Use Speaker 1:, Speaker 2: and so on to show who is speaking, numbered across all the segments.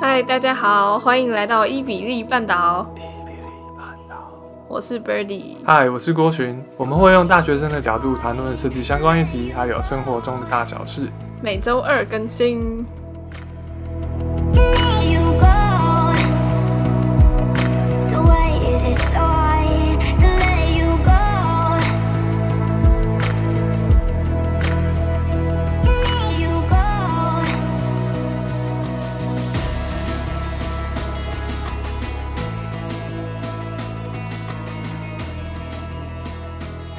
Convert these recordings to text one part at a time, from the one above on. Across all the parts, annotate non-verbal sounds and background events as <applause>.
Speaker 1: 嗨，大家好，欢迎来到伊比利半岛，
Speaker 2: 伊比利半岛。
Speaker 1: 我是 Birdy。
Speaker 2: 嗨，我是郭寻，我们会用大学生的角度谈论设计相关议题，还有生活中的大小事。
Speaker 1: 每周二更新。。
Speaker 3: There you go. So why is it so hard to let you go? There you go.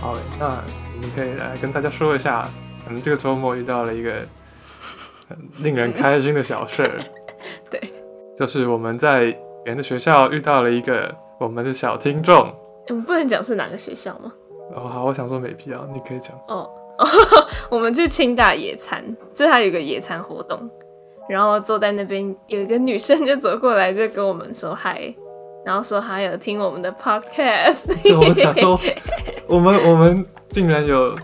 Speaker 2: 好，那我们可以来跟大家说一下，我们这个周末遇到了一个呃令人开心的小事儿
Speaker 1: 对，
Speaker 2: 就是我们在别的学校遇到了一个我们的小听众。
Speaker 1: 我嗯们不能讲是哪个学校吗？
Speaker 2: 哦，好，我想说没必要，你可以讲。
Speaker 1: 哦， <laughs> 我们去清大野餐，这还有一个野餐活动，然后坐在那边有一个女生就走过来，就跟我们说嗨，然后说她有听我们的 podcast。 <laughs>
Speaker 2: 对我们想说，我们我们竟然有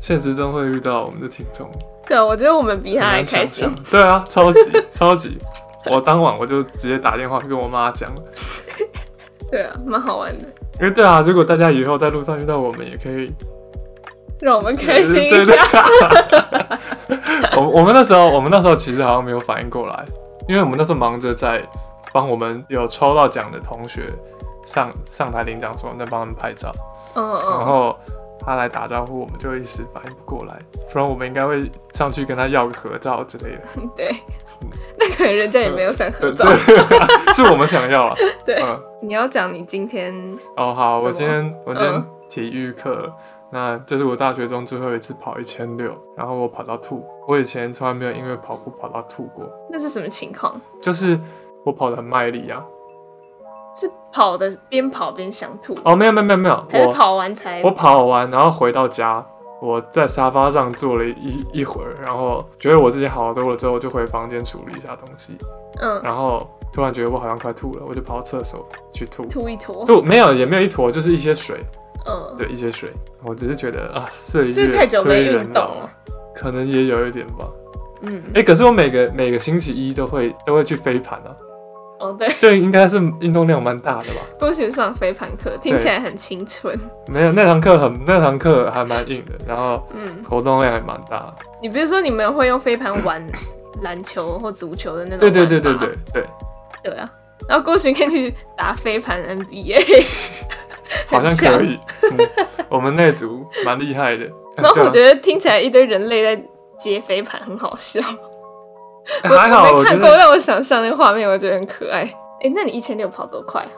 Speaker 2: 现实中会遇到我们的听众，
Speaker 1: 对，啊我觉得我们比她
Speaker 2: 很
Speaker 1: 还
Speaker 2: 难
Speaker 1: 开
Speaker 2: 想
Speaker 1: 心
Speaker 2: 象。。对啊，超级超级。我当晚我就直接打电话跟我妈讲了，
Speaker 1: 对啊，蛮好玩的，
Speaker 2: 因为对啊，如果大家以后在路上遇到我们，也可以
Speaker 1: 让我们 <laughs> 开心一
Speaker 2: 对
Speaker 1: 下
Speaker 2: 对。对 <laughs> 我我们那时候，我们那时候其实好像没有反应过来，因为我们那时候忙着在帮我们有抽到奖的同学上上台领奖的时候，在帮他们拍照。
Speaker 1: 嗯
Speaker 2: 然
Speaker 1: 嗯，
Speaker 2: 后他来打招呼，我们就一时反应不过来，不然我们应该会上去跟他要个合照之类的。
Speaker 1: 对。 <laughs> 那可能人家也没有想合
Speaker 2: 对
Speaker 1: 照。
Speaker 2: 对， <laughs> 是我们想要啊。
Speaker 1: <laughs> 对
Speaker 2: 嗯，
Speaker 1: 你要讲你今天
Speaker 2: 哦好，
Speaker 1: 怎么
Speaker 2: 我今天我今天
Speaker 1: 嗯
Speaker 2: 体育课，那这是我大学中最后一次跑一千六，然后我跑到吐。我以前从来没有因为跑步跑到吐过，
Speaker 1: 那是什么情况？
Speaker 2: 就是我跑得很卖力啊。
Speaker 1: 是跑的边跑边想吐，
Speaker 2: 哦，没有没有没有没有，
Speaker 1: 还是
Speaker 2: 我
Speaker 1: 跑完才
Speaker 2: 我跑完，然后回到家，我在沙发上坐了一一会儿，然后觉得我自己好多了之后，就回房间处理一下东西，
Speaker 1: 嗯
Speaker 2: 然后突然觉得我好像快吐了，我就跑到厕所去吐。
Speaker 1: 吐一坨？
Speaker 2: 吐没有也没有一坨，就是一些水，
Speaker 1: 嗯，
Speaker 2: 对，一些水。我只是觉得啊，岁
Speaker 1: 这
Speaker 2: 月
Speaker 1: 太久没
Speaker 2: 催
Speaker 1: 运
Speaker 2: 人啊
Speaker 1: 动
Speaker 2: 老
Speaker 1: 了，，
Speaker 2: 可能也有一点吧。
Speaker 1: 嗯
Speaker 2: 哎、可是我每个每个星期一都会都会去飞盘啊，
Speaker 1: 哦对，
Speaker 2: 这应该是运动量蛮大的吧？
Speaker 1: 不许上飞盘课，听起来很青春。
Speaker 2: 没有那堂课很那堂课还蛮硬的，然后
Speaker 1: 嗯，
Speaker 2: 活动量也蛮大的。
Speaker 1: 你不是说你们会用飞盘玩篮球或足球的那种？
Speaker 2: 对对对对对，对，
Speaker 1: 对啊。然后郭洵可以去打飞盘
Speaker 2: <laughs>
Speaker 1: NBA，
Speaker 2: 好像
Speaker 1: 强
Speaker 2: 可以。嗯、我们那组蛮厉害
Speaker 1: <laughs>
Speaker 2: 的。
Speaker 1: 然后我觉
Speaker 2: 对啊
Speaker 1: 得听起来一堆人类在接飞盘很好笑。
Speaker 2: 啊还好，
Speaker 1: 我没
Speaker 2: 我觉
Speaker 1: 看过，
Speaker 2: 得
Speaker 1: 让我想象那个画面，我觉得很可爱。哎、那你一千六跑多快啊？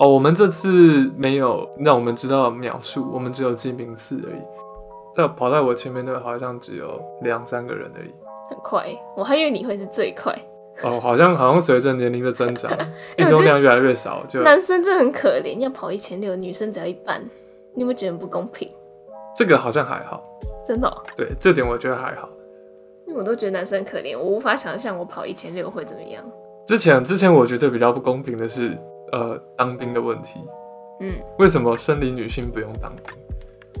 Speaker 2: 哦，我们这次没有让我们知道秒数，我们只有记名次而已。在跑在我前面的好像只有两三个人而已。
Speaker 1: 很快，我还以为你会是最快。
Speaker 2: 哦，好像好像随着年龄的
Speaker 1: <laughs>
Speaker 2: 增长，
Speaker 1: 哎
Speaker 2: 运
Speaker 1: 我觉
Speaker 2: 动
Speaker 1: 得
Speaker 2: 量越来越少，就
Speaker 1: 男生真的很可怜，要跑一千六，女生只要一半，你有没有觉得很不公平？
Speaker 2: 这个好像还好。
Speaker 1: 真的、哦，
Speaker 2: 对，这点我觉得还好。
Speaker 1: 因为我都觉得男生很可怜，我无法想象我跑一千六会怎么样。
Speaker 2: 之前之前我觉得比较不公平的是，呃，当兵的问题。
Speaker 1: 嗯，
Speaker 2: 为什么生理女性不用当兵？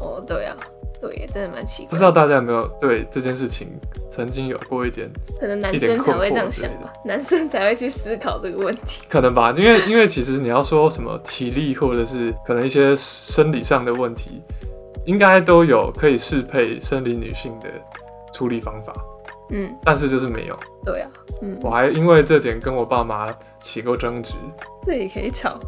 Speaker 1: 哦，对啊，对耶，真的蛮奇怪。
Speaker 2: 不啊知道大家有没有对这件事情曾经有过一点
Speaker 1: 可能男
Speaker 2: 一点
Speaker 1: 生才
Speaker 2: 困
Speaker 1: 会
Speaker 2: 惑
Speaker 1: 这样
Speaker 2: 之类
Speaker 1: 想
Speaker 2: 的
Speaker 1: 吧，男生才会去思考这个问题。
Speaker 2: 可能吧？因为因为其实你要说什么体力或者是可能一些生理上的问题，应该都有可以适配生理女性的处理方法，
Speaker 1: 嗯，
Speaker 2: 但是就是没有。
Speaker 1: 对啊，嗯，
Speaker 2: 我还因为这点跟我爸妈起过争执，
Speaker 1: 这也可以吵，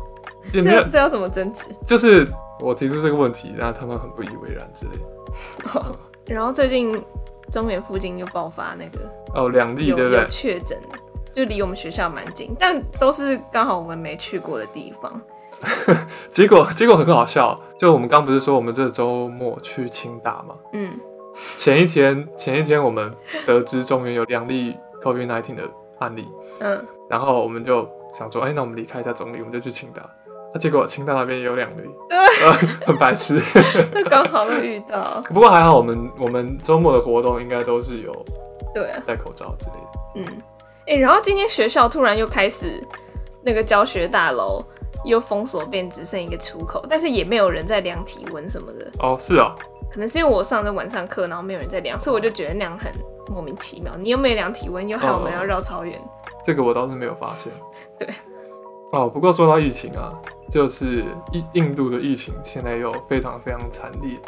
Speaker 2: 也没有
Speaker 1: 这，这要怎么争执？
Speaker 2: 就是我提出这个问题，然后他们很不以为然之类。
Speaker 1: 哦然后最近中原附近又爆发那个
Speaker 2: 哦，两例
Speaker 1: 有
Speaker 2: 对不对
Speaker 1: 有？确诊的，就离我们学校蛮近，但都是刚好我们没去过的地方。
Speaker 2: 结果结果很好笑，就我们刚不是说我们这周末去清大吗？
Speaker 1: 嗯，
Speaker 2: 前一天，前一天我们得知中原有两例 COVID-19 的案例，
Speaker 1: 嗯，
Speaker 2: 然后我们就想说，哎、那我们离开一下中立，我们就去清大。那、结果清大那边也有两例，
Speaker 1: 对
Speaker 2: 呃，很白痴。 <laughs>
Speaker 1: 那刚好都遇到，
Speaker 2: 不过还好，我们我们周末的活动应该都是有
Speaker 1: 对啊，
Speaker 2: 戴口罩之类的。
Speaker 1: 嗯，哎、然后今天学校突然又开始那个教学大楼又封锁，变只剩一个出口，但是也没有人在量体温什么的，
Speaker 2: 哦，是哦，
Speaker 1: 可能是因为我上的晚上课，然后没有人在量，所以我就觉得那样很莫名其妙。你又没量体温，又害我们
Speaker 2: 哦
Speaker 1: 要绕超远，
Speaker 2: 这个我倒是没有发现。
Speaker 1: 对。
Speaker 2: 哦，不过说到疫情啊，就是印印度的疫情现在又非常非常惨烈。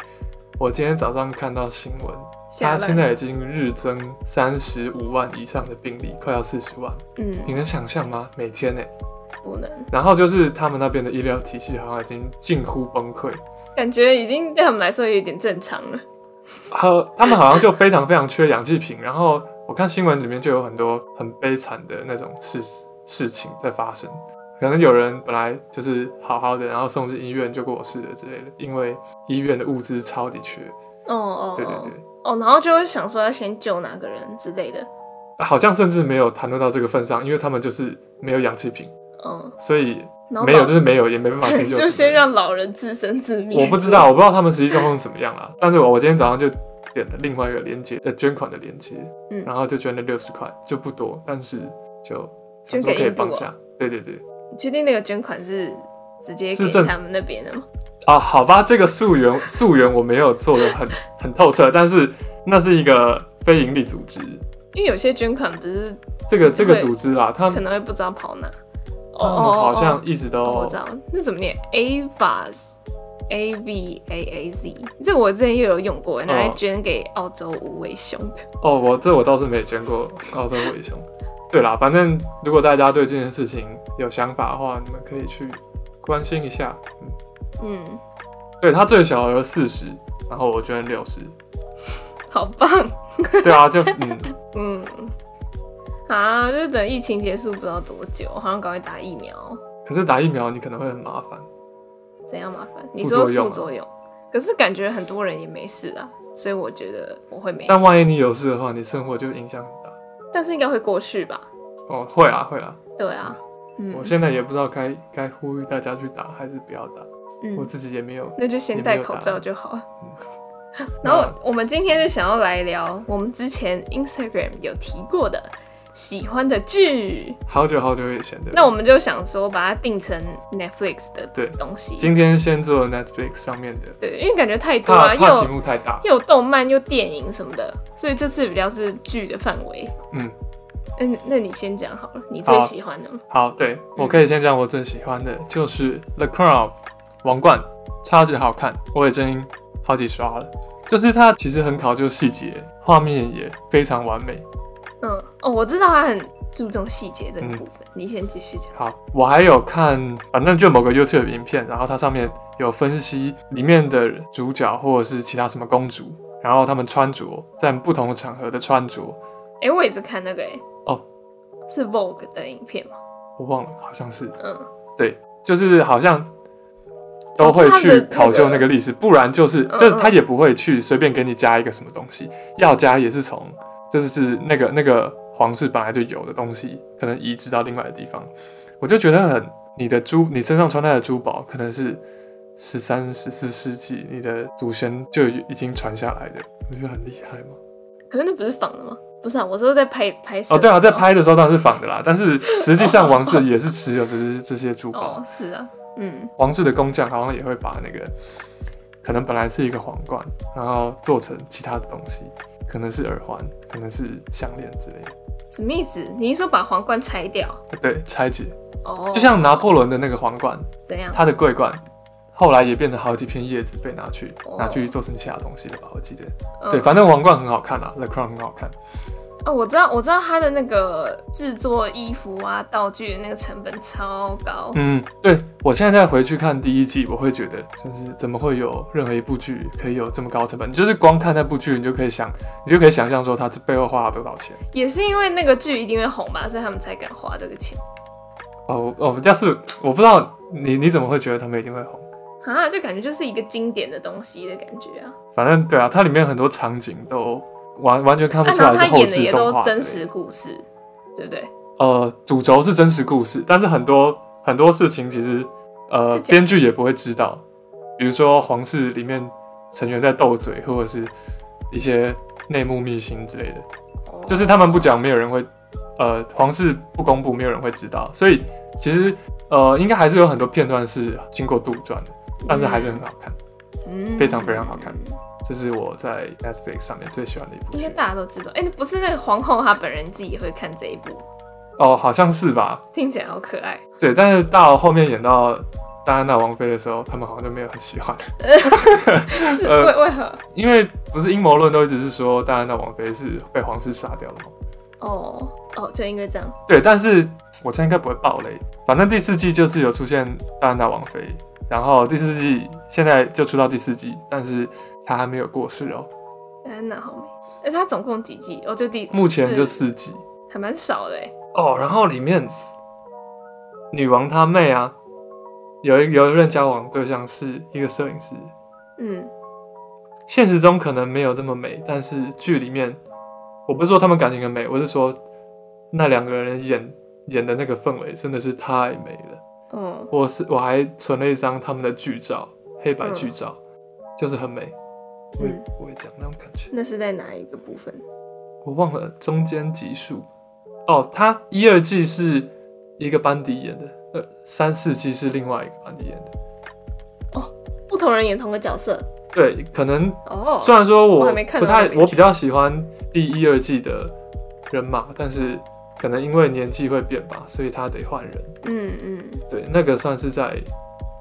Speaker 2: 我今天早上看到新闻，
Speaker 1: 下
Speaker 2: 它
Speaker 1: 来
Speaker 2: 现在已经日增三十五万以上的病例，快要四十万，
Speaker 1: 嗯
Speaker 2: 你能想象吗？每天呢、
Speaker 1: 不能，
Speaker 2: 然后就是他们那边的医疗体系好像已经近乎崩溃，
Speaker 1: 感觉已经对他们来说有点正常了。
Speaker 2: 和他们好像就非常非常缺氧气瓶。然后我看新闻里面就有很多很悲惨的那种事事情在发生，可能有人本来就是好好的，然后送进医院就过世了之类的，因为医院的物资超级缺。
Speaker 1: 哦哦，
Speaker 2: 对对
Speaker 1: 哦
Speaker 2: 对，
Speaker 1: 哦，然后就会想说要先救哪个人之类的。
Speaker 2: 好像甚至没有谈论到这个份上，因为他们就是
Speaker 1: <laughs>
Speaker 2: 没有氧气瓶，
Speaker 1: 嗯，
Speaker 2: 所以
Speaker 1: 然后
Speaker 2: 没有
Speaker 1: 老
Speaker 2: 就是没有，也没
Speaker 1: <laughs>
Speaker 2: 办法去救。
Speaker 1: 就先让老人自生自灭。
Speaker 2: 我不知道，我不知道他们实际状况是怎么样啦。但是我我今天早上就点了另外一个连接，呃，捐款的连接，
Speaker 1: 嗯
Speaker 2: 然后就捐了六十块，就不多，但是就
Speaker 1: 捐
Speaker 2: 想说
Speaker 1: 给
Speaker 2: 可以
Speaker 1: 印度
Speaker 2: 帮一
Speaker 1: 哦
Speaker 2: 下。对对对，
Speaker 1: 你确定那个捐款是直接
Speaker 2: 是
Speaker 1: 给
Speaker 2: 政
Speaker 1: 他们那边的吗？
Speaker 2: 啊，好吧，这个溯源溯源我没有做的很很透彻，但是那是一个非盈利组织，
Speaker 1: 因为有些捐款不是
Speaker 2: 这个这个
Speaker 1: 对
Speaker 2: 组织啦，他
Speaker 1: 可
Speaker 2: 们
Speaker 1: 能会不知道跑哪。哦
Speaker 2: 他们好像
Speaker 1: 哦
Speaker 2: 一直都、
Speaker 1: 哦我知道，那怎么念？Avas。A V A A Z，这个我之前又有用过，拿来捐给澳洲无尾熊。
Speaker 2: 哦，我这我倒是没捐过澳洲尾熊。对啦，反正如果大家对这件事情有想法的话，你们可以去关心一下。嗯，
Speaker 1: 嗯，
Speaker 2: 对，它最小的四十，然后我捐六十。 <laughs>
Speaker 1: 好棒。
Speaker 2: 对啊，就嗯，
Speaker 1: 嗯，啊，就等疫情结束不知道多久，好像赶快打疫苗，
Speaker 2: 可是打疫苗你可能会很麻烦。
Speaker 1: 怎样麻烦？你
Speaker 2: 副
Speaker 1: 说
Speaker 2: 作用
Speaker 1: 副
Speaker 2: 啊
Speaker 1: 作用，可是感觉很多人也没事啊，所以我觉得我会没事。
Speaker 2: 但万一你有事的话，你生活就影响很大。
Speaker 1: 但是应该会过去吧？
Speaker 2: 哦，会啦会啦，
Speaker 1: 对啊，嗯
Speaker 2: 我现在也不知道该该呼吁大家去打还是不要打，
Speaker 1: 嗯，
Speaker 2: 我自己也没有。
Speaker 1: 那就先戴口罩就好了。然后我们今天就想要来聊我们之前 Instagram 有提过的喜欢的剧，
Speaker 2: 好久好久以前的。
Speaker 1: 那我们就想说把它定成 Netflix 的
Speaker 2: 对
Speaker 1: 东西。
Speaker 2: 今天先做 Netflix 上面的，
Speaker 1: 对，啊因为感觉太多
Speaker 2: 怕
Speaker 1: 了，
Speaker 2: 怕
Speaker 1: 又
Speaker 2: 题目太大。
Speaker 1: 又有动漫又电影什么的，所以这次比较是剧的范围。
Speaker 2: 嗯，
Speaker 1: 嗯，那你先讲好了，你最
Speaker 2: 好
Speaker 1: 喜欢的吗？
Speaker 2: 好，对我可以先讲我最喜欢的就是《The Crown》王冠，超级好看，我已经好几刷了。就是它其实很考究细节，画面也非常完美。
Speaker 1: 嗯，哦，我知道他很注重细节这个
Speaker 2: 嗯
Speaker 1: 部分，你先继续讲。
Speaker 2: 好，我还有看，反正就某个 YouTube 影片，然后它上面有分析里面的主角或者是其他什么公主，然后他们穿着在不同的场合的穿着，
Speaker 1: 哎、我也是看那个哎、
Speaker 2: 哦，
Speaker 1: 是 Vogue 的影片吗？
Speaker 2: 我忘了，好像是
Speaker 1: 嗯，哦
Speaker 2: 对，就是好像都会去考究那个历史，不然就是
Speaker 1: 嗯
Speaker 2: 就是他也不会去随便给你加一个什么东西，要加也是从就是那个那个皇室本来就有的东西，可能移植到另外的地方。我就觉得很，你的珠，你身上穿戴的珠宝可能是十三、十四世纪你的祖先就已经传下来的，我觉得很厉害嘛。
Speaker 1: 可是那不是仿的吗？不是啊，我说在拍拍摄。
Speaker 2: 哦，对啊，在。拍的时候当然是仿的啦，但是实际
Speaker 1: <laughs>
Speaker 2: 上王室也是持有的这这些珠宝
Speaker 1: 哦，。是啊，嗯
Speaker 2: 皇室的工匠好像也会把那个可能本来是一个皇冠，然后做成其他的东西，可能是耳环，可能是项链之类的。
Speaker 1: 什么意思？你是说把皇冠拆掉？
Speaker 2: 对，拆解，
Speaker 1: 哦，
Speaker 2: 就像拿破仑的那个皇冠，
Speaker 1: 怎样？
Speaker 2: 它的桂冠。后来也变成好几片叶子被拿去
Speaker 1: 哦
Speaker 2: 拿去做成其他东西了吧？我记得，
Speaker 1: 嗯
Speaker 2: 对，反正皇冠很好看啊，The Crown 很好看，
Speaker 1: 哦，我知道，我知道他的那个制作衣服啊、道具的那个成本超高。
Speaker 2: 嗯，对我现在再回去看第一季，我会觉得就是怎么会有任何一部剧可以有这么高成本？你就是光看那部剧，你就可以想，你就可以想象说它这背后花了多少钱。
Speaker 1: 也是因为那个剧一定会红吧，所以他们才敢花这个钱
Speaker 2: 哦哦，但是我不知道你你怎么会觉得他们一定会红？
Speaker 1: 啊，就感觉就是一个经典的东西的感觉啊。
Speaker 2: 反正对啊，它里面很多场景都完完全看不
Speaker 1: 啊，
Speaker 2: 出
Speaker 1: 然
Speaker 2: 来
Speaker 1: 后
Speaker 2: 是
Speaker 1: 他
Speaker 2: 后
Speaker 1: 演的
Speaker 2: 置
Speaker 1: 也
Speaker 2: 动
Speaker 1: 都
Speaker 2: 画之类的
Speaker 1: 真实故事，对不对？
Speaker 2: 呃，主轴是真实故事，但是很多很多事情其实呃
Speaker 1: 是假的
Speaker 2: 编剧也不会知道，比如说皇室里面成员在斗嘴，或者是一些内幕秘辛之类的，
Speaker 1: 哦
Speaker 2: 就是他们不讲，没有人会呃皇室不公布，没有人会知道，所以其实呃应该还是有很多片段是经过杜撰的，但是还是很好看。
Speaker 1: 哦嗯
Speaker 2: 非常非常好看这是我在 Netflix 上面最喜欢的一部
Speaker 1: 应该
Speaker 2: 剧。
Speaker 1: 大家都知道。哎、那不是那个皇后她本人自己会看这一部，
Speaker 2: 哦，好像是吧？
Speaker 1: 听起来好可爱。
Speaker 2: 对，但是到后面演到戴安娜王妃的时候，他们好像就没有很喜欢，
Speaker 1: <laughs> 是
Speaker 2: <laughs> 呃
Speaker 1: 为为何？
Speaker 2: 因为不是阴谋论都一直是说戴安娜王妃是被皇室杀掉的吗？
Speaker 1: 哦哦，就因为这样。
Speaker 2: 对，但是我猜应该不会爆雷。反正第四季就是有出现戴安娜王妃，然后第四季现在就出到第四季，但是她还没有过世哦，
Speaker 1: 戴安娜好美，而且它总共几季？哦，就第
Speaker 2: 目前就
Speaker 1: 四
Speaker 2: 四季
Speaker 1: 还蛮少的欸。
Speaker 2: 哦。然后里面女王她妹啊，有一有一任交往对象是一个摄影师，
Speaker 1: 嗯，
Speaker 2: 现实中可能没有这么美，但是剧里面，我不是说他们感情很美，我是说那两个人演演的那个氛围真的是太美了。
Speaker 1: 哦，
Speaker 2: 我是我还存了一张他们的剧照，黑白剧照，就是很美。我也
Speaker 1: 嗯
Speaker 2: 我也讲那种感觉，
Speaker 1: 那是在哪一个部分？
Speaker 2: 我忘了中间集数。哦，他一二季是一个班底演的，呃，三四季是另外一个班底演的。
Speaker 1: 不同人演同个角色。
Speaker 2: 对，可能
Speaker 1: 哦，
Speaker 2: 虽然说
Speaker 1: 我
Speaker 2: 我
Speaker 1: 还没看
Speaker 2: 不
Speaker 1: 到
Speaker 2: 太
Speaker 1: 那，边
Speaker 2: 我
Speaker 1: 去
Speaker 2: 比较喜欢第一、二季的人马，但是可能因为年纪会变吧，所以他得换人。
Speaker 1: 嗯嗯
Speaker 2: 对，那个算是在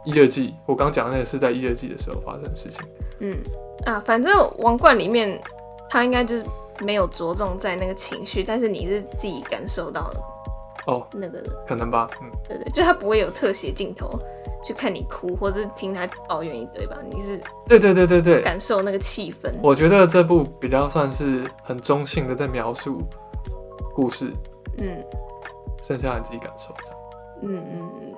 Speaker 2: 一、二季，我刚讲的那个是在一、二季的时候发生的事情。
Speaker 1: 嗯啊，反正王冠里面他应该就是没有着重在那个情绪，但是你是自己感受到
Speaker 2: 哦，
Speaker 1: 那个的，
Speaker 2: 可能吧，嗯，
Speaker 1: 对对，就他不会有特写镜头去看你哭，或是听他抱怨一堆吧，你是
Speaker 2: 对对对对对，
Speaker 1: 感受那个气氛。
Speaker 2: 我觉得这部比较算是很中性的在描述故事，
Speaker 1: 嗯
Speaker 2: 剩下你自己感受这样。
Speaker 1: 嗯嗯嗯，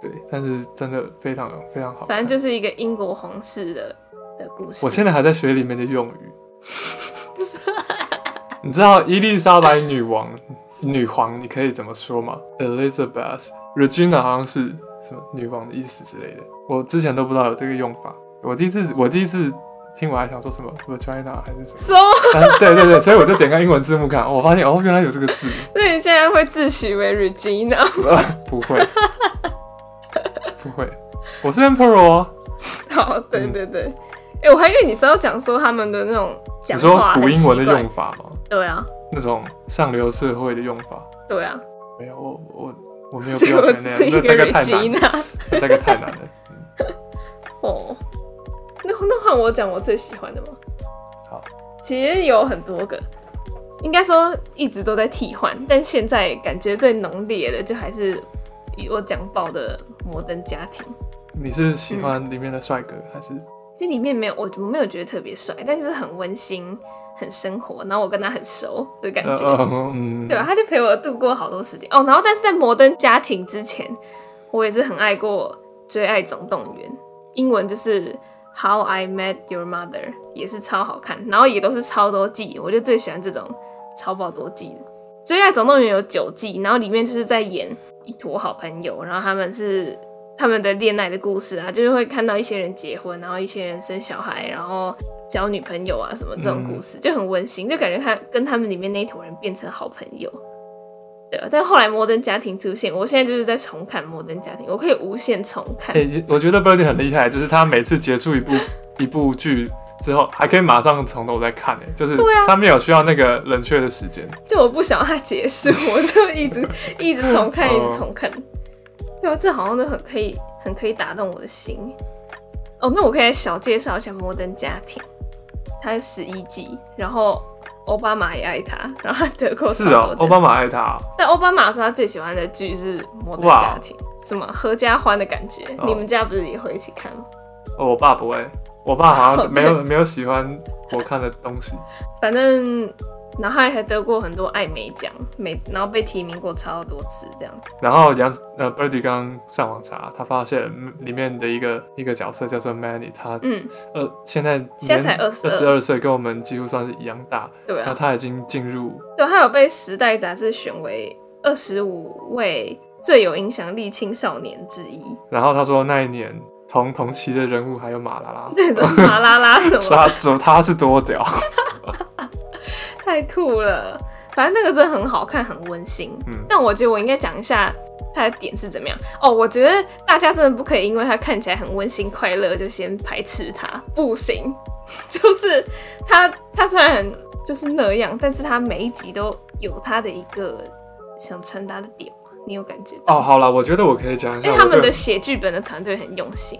Speaker 2: 对，但是真的非常非常好看，
Speaker 1: 反正就是一个英国皇室的的故事。 <laughs>
Speaker 2: 我现在还在学里面的用语。你知道伊丽莎白女王、女皇，你可以怎么说吗？Elizabeth、Regina 好像是什么女王的意思之类的，我之前都不知道有这个用法。我第一次我第一次听，我还想说什么 Regina 还是什么，
Speaker 1: 什么？
Speaker 2: 但是 <laughs> 对对对，所以我就点开英文字幕看，哦我发现哦，原来有这个字， <laughs>
Speaker 1: 那你现在会自诩为 Regina？
Speaker 2: 不会，不会，我是 Emperor，哦
Speaker 1: 好，对
Speaker 2: 嗯
Speaker 1: 对对。哎、我还以为你是要讲说他们的那种
Speaker 2: 你
Speaker 1: 讲
Speaker 2: 说
Speaker 1: 话
Speaker 2: 古
Speaker 1: 很
Speaker 2: 英文的
Speaker 1: 奇怪
Speaker 2: 用法吗？
Speaker 1: 对啊，
Speaker 2: 那种上流社会的用法。
Speaker 1: 对啊，
Speaker 2: 没有，我我我没有
Speaker 1: 所
Speaker 2: 必
Speaker 1: 以
Speaker 2: 要
Speaker 1: 我
Speaker 2: 选
Speaker 1: 只
Speaker 2: 那
Speaker 1: 是一
Speaker 2: 样，
Speaker 1: 个
Speaker 2: 那那个太难了，
Speaker 1: Regina。
Speaker 2: 那个太难了。 <laughs> 嗯
Speaker 1: 哦，那那换我讲我最喜欢的吗？
Speaker 2: 好，
Speaker 1: 其实有很多个，应该说一直都在替换，但现在感觉最浓烈的就还是我讲爆的《摩登家庭》。
Speaker 2: 你是喜欢里面的帅哥
Speaker 1: 嗯
Speaker 2: 还是？
Speaker 1: 这里面没有我，我没有觉得特别帅，但是很温馨、很生活，然后我跟他很熟的感觉。
Speaker 2: 呃呃嗯，
Speaker 1: 对啊，他就陪我度过好多时间哦。然后，但是在《摩登家庭》之前，我也是很爱过《追爱总动员》，英文就是《How I Met Your Mother》，也是超好看，然后也都是超多季，我就最喜欢这种超爆多季的。《追爱总动员》有九季，然后里面就是在演一坨好朋友，然后他们是他们的恋爱的故事啊，就是会看到一些人结婚，然后一些人生小孩，然后交女朋友啊什么这种故事，就很温馨，就感觉他跟他们里面那一坨人变成好朋友。对啊，但后来《摩登家庭》出现，我现在就是在重看《摩登家庭》，我可以无限重看。
Speaker 2: 哎、我觉得 Birdy 很厉害，就是他每次结束一部一部剧之后，还可以马上从头再看，哎，就是
Speaker 1: 对啊
Speaker 2: 他没有需要那个冷却的时间。
Speaker 1: 就我不想它结
Speaker 2: <laughs>
Speaker 1: 束，我就一直一直重
Speaker 2: 哦
Speaker 1: 看，一直重看。对啊，这好像都很可以，很可以打动我的心。哦，那我可以小介绍一下《摩登家庭》，它是十一季，然后奥巴马也爱他，然后他得过
Speaker 2: 是
Speaker 1: 超
Speaker 2: 哦
Speaker 1: 多，
Speaker 2: 奥
Speaker 1: 奖。
Speaker 2: 巴马爱他哦、
Speaker 1: 但奥巴马说他最喜欢的剧是《摩登
Speaker 2: 哇
Speaker 1: 家庭》，什么合家欢的感觉。
Speaker 2: 哦
Speaker 1: 你们家不是也会一起看吗？
Speaker 2: 哦我爸不会，我爸好
Speaker 1: 哦
Speaker 2: 像没有没有喜欢我看的东西。
Speaker 1: 反正，然后他还得过很多艾美奖，每然后被提名过超多次这样子。
Speaker 2: 然后杨呃 Birdy 刚上网查，他发现里面的一个一个角色叫做 Manny，他
Speaker 1: 嗯，
Speaker 2: 呃，现在
Speaker 1: 现在才22
Speaker 2: 十二岁，跟我们几乎算是一样大。
Speaker 1: 对啊
Speaker 2: 那。他已经进入
Speaker 1: 对，他有被《时代》杂志选为二十五位最有影响力青少年之一， <laughs>
Speaker 2: 然后他说那一年同同期的人物还有马拉
Speaker 1: <laughs>
Speaker 2: 拉，
Speaker 1: 那种马拉拉什么，
Speaker 2: 他说他是
Speaker 1: <laughs>
Speaker 2: 多屌，
Speaker 1: 太酷了。反正那个真的很好看，很温馨。
Speaker 2: 嗯
Speaker 1: 但我觉得我应该讲一下它的点是怎么样哦。我觉得大家真的不可以因为它看起来很温馨快乐就先排斥它，不行。 <laughs> 就是它，它虽然很就是那样，但是它每一集都有它的一个想传达的点吗？你有感觉到？
Speaker 2: 哦，好了，我觉得我可以讲一
Speaker 1: 因
Speaker 2: 下
Speaker 1: 为他
Speaker 2: 我
Speaker 1: 们的
Speaker 2: 对，
Speaker 1: 写剧本的团队很用心，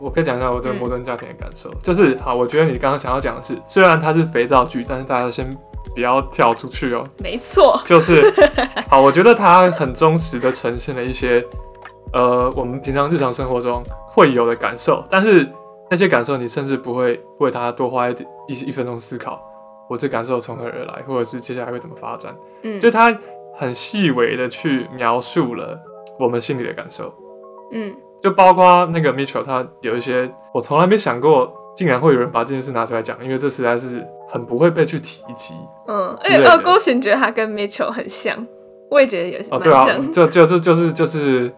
Speaker 2: 我可以讲一下我对
Speaker 1: 嗯
Speaker 2: 摩登家庭的感受。就是好，我觉得你刚刚想要讲的是，虽然它是肥皂剧，但是大家先不要跳出去哦。
Speaker 1: 没错，
Speaker 2: 就是好，我觉得它很忠实的呈现了一些呃我们平常日常生活中会有的感受，但是那些感受你甚至不会为它多花一点一一分钟思考，我这感受从何而来，或者是接下来会怎么发展，
Speaker 1: 嗯，
Speaker 2: 就它很细微的去描述了我们心里的感受。
Speaker 1: 嗯
Speaker 2: 就包括那个 Mitchell，他有一些我从来没想过，竟然会有人把这件事拿出来讲，因为这实在是很不会被去提及。
Speaker 1: 嗯，而
Speaker 2: 之类
Speaker 1: 且
Speaker 2: 的
Speaker 1: 二郭群觉得他跟 Mitchell 很像，我也觉得也是
Speaker 2: 哦，
Speaker 1: 蛮
Speaker 2: 对啊
Speaker 1: 像，，
Speaker 2: 就就这就是就是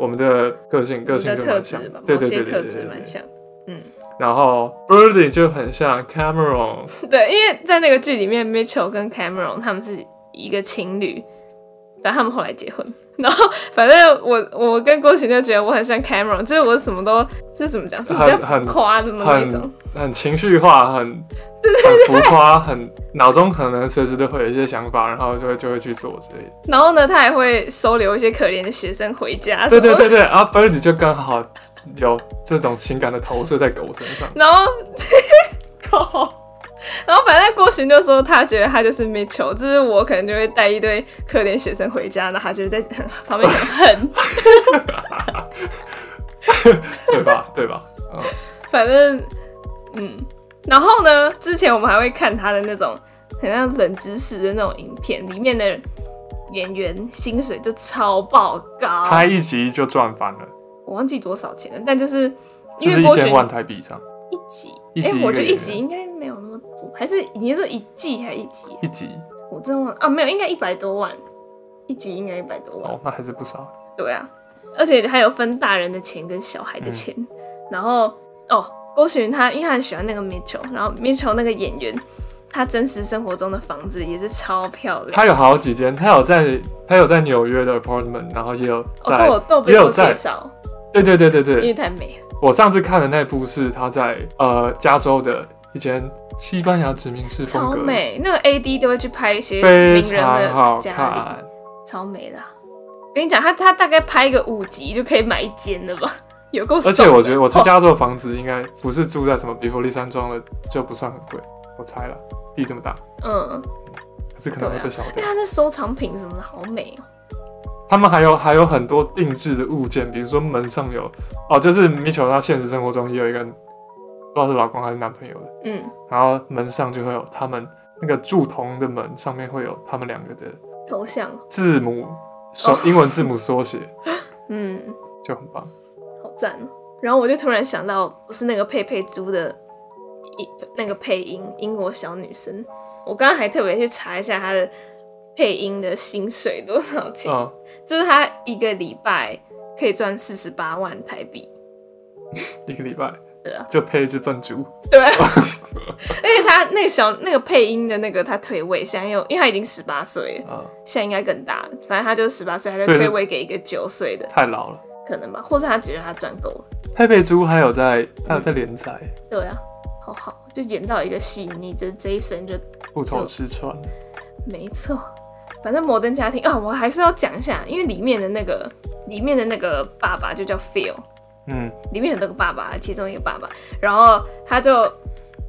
Speaker 2: 我们的个性
Speaker 1: 我
Speaker 2: 个
Speaker 1: 们
Speaker 2: 性
Speaker 1: 的
Speaker 2: 就
Speaker 1: 特
Speaker 2: 蛮
Speaker 1: 质
Speaker 2: 像
Speaker 1: 吧，，
Speaker 2: 对
Speaker 1: 某
Speaker 2: 对
Speaker 1: 些
Speaker 2: 对对
Speaker 1: 特
Speaker 2: 对
Speaker 1: 质
Speaker 2: 对
Speaker 1: 蛮
Speaker 2: 对。
Speaker 1: 像。嗯，
Speaker 2: 然后 Birdie 就很像
Speaker 1: <laughs>
Speaker 2: Cameron，
Speaker 1: 对，因为在那个剧里面，Mitchell 跟 Cameron 他们是一个情侣，反正他们后来结婚。然后，反正我我跟郭群就觉得我很像 Cameron，就是我什么都是怎么讲，是比较
Speaker 2: 很很
Speaker 1: 夸的那一种
Speaker 2: 很。 <laughs> 很情绪
Speaker 1: <laughs>
Speaker 2: 化，很很浮夸，很脑中可能随时都会有一些想法，然后就会就会去做之
Speaker 1: <laughs>
Speaker 2: 类的。
Speaker 1: 然后呢，他还会收留一些可怜的学生回家。
Speaker 2: 对对。对对，然后 Birdie 就刚好有这种情感的投射在狗身上。
Speaker 1: 然后， <laughs> 靠然后反正郭群就说他觉得他就是 Mitchell，就是我可能就会带一堆可怜学生回家，然后他就会在很 <laughs> 旁边很恨。
Speaker 2: 对
Speaker 1: <laughs>
Speaker 2: 吧？对吧？嗯，
Speaker 1: 反正，嗯，然后呢，之前我们还会看他的那种很像冷知识的那种影片，里面的演员薪水就超爆高，
Speaker 2: 拍一集就赚翻了，
Speaker 1: 我忘记多少钱了，但就是
Speaker 2: 是
Speaker 1: 因
Speaker 2: 不是
Speaker 1: 为
Speaker 2: 一
Speaker 1: 郭
Speaker 2: 千
Speaker 1: 雪
Speaker 2: 万台币以上？
Speaker 1: 一集，
Speaker 2: 一集
Speaker 1: 哎、
Speaker 2: 一个
Speaker 1: 我觉得
Speaker 2: 演
Speaker 1: 一
Speaker 2: 员
Speaker 1: 集应该没有那么多，还是你是说一季还一集？啊
Speaker 2: 一集
Speaker 1: 我真忘了啊，没有，应该一百多万，一集应该一百多万。
Speaker 2: 哦，那还是不少。
Speaker 1: 对啊，而且还有分大人的钱跟小
Speaker 2: 嗯
Speaker 1: 孩的钱。然后哦，郭雪云她因为她很喜欢那个 Mitchell，然后 Mitchell 那个演员，他真实生活中的房子也是超漂亮。
Speaker 2: 他有好几间，他有在他有在纽约的 apartment，然后也有
Speaker 1: 哦，
Speaker 2: 在
Speaker 1: 跟我豆被
Speaker 2: 也有
Speaker 1: 做
Speaker 2: 在
Speaker 1: 介绍，
Speaker 2: 对对对对
Speaker 1: 因为
Speaker 2: 对。
Speaker 1: 太美了。
Speaker 2: 我上次看的那部是他在呃加州的一间西班牙殖民式风
Speaker 1: 超
Speaker 2: 格，
Speaker 1: 美，那个 AD 都会去拍一些
Speaker 2: 非
Speaker 1: 名人
Speaker 2: 常
Speaker 1: 的
Speaker 2: 好
Speaker 1: 家里，
Speaker 2: 看。
Speaker 1: 超美的啊、跟你讲，他他大概拍一个五集就可以买一间了吧？ <laughs> 有够
Speaker 2: 而
Speaker 1: 爽的。
Speaker 2: 且我觉得我在
Speaker 1: 哦
Speaker 2: 加州的房子应该不是住在什么比佛利山庄的，就不算很贵，我猜了，地这么大，
Speaker 1: 嗯，
Speaker 2: 可是可能会被烧
Speaker 1: 因为
Speaker 2: 掉。
Speaker 1: 他那收藏品什么的好美哦。
Speaker 2: 他们还有还有很多定制的物件，比如说门上有哦，就是米球他现实生活中也有一个不知道是老公还是男朋友的，
Speaker 1: 嗯，
Speaker 2: 然后门上就会有他们那个铸铜的门上面会有他们两个的
Speaker 1: 头像，
Speaker 2: 字母首、
Speaker 1: 哦
Speaker 2: 英文字母缩写，
Speaker 1: 嗯。
Speaker 2: 就很
Speaker 1: <laughs>
Speaker 2: 棒。
Speaker 1: 好赞哦！然后我就突然想到，不是那个佩佩猪的一那个配音英国小女生，我刚刚还特别去查一下她的配音的薪水多少钱，
Speaker 2: 嗯，
Speaker 1: 就是她一个礼拜可以赚四十八万台币，
Speaker 2: 一个礼拜
Speaker 1: 对啊，
Speaker 2: 就配一只笨猪，
Speaker 1: 对 <laughs> 啊。而且她那个小那个配音的那个她退位，现在又因为她已经十八岁了，
Speaker 2: 啊、
Speaker 1: 现在应该更大了，反正她就是十八岁，她就
Speaker 2: 所以是
Speaker 1: 退位给一个九岁的，
Speaker 2: 太老了。
Speaker 1: 可能吧，或是她觉得她赚够了。
Speaker 2: 佩佩猪还有在还有在连载，
Speaker 1: 对啊，好好，就演到一个细腻，就是 Jason 就
Speaker 2: 不愁吃穿。
Speaker 1: 没错。反正摩登家庭啊，我还是要讲一下，因为里面的那个里面的那个爸爸就叫 Phil，
Speaker 2: 嗯，
Speaker 1: 里面有多个爸爸，其中一个爸爸，然后他就，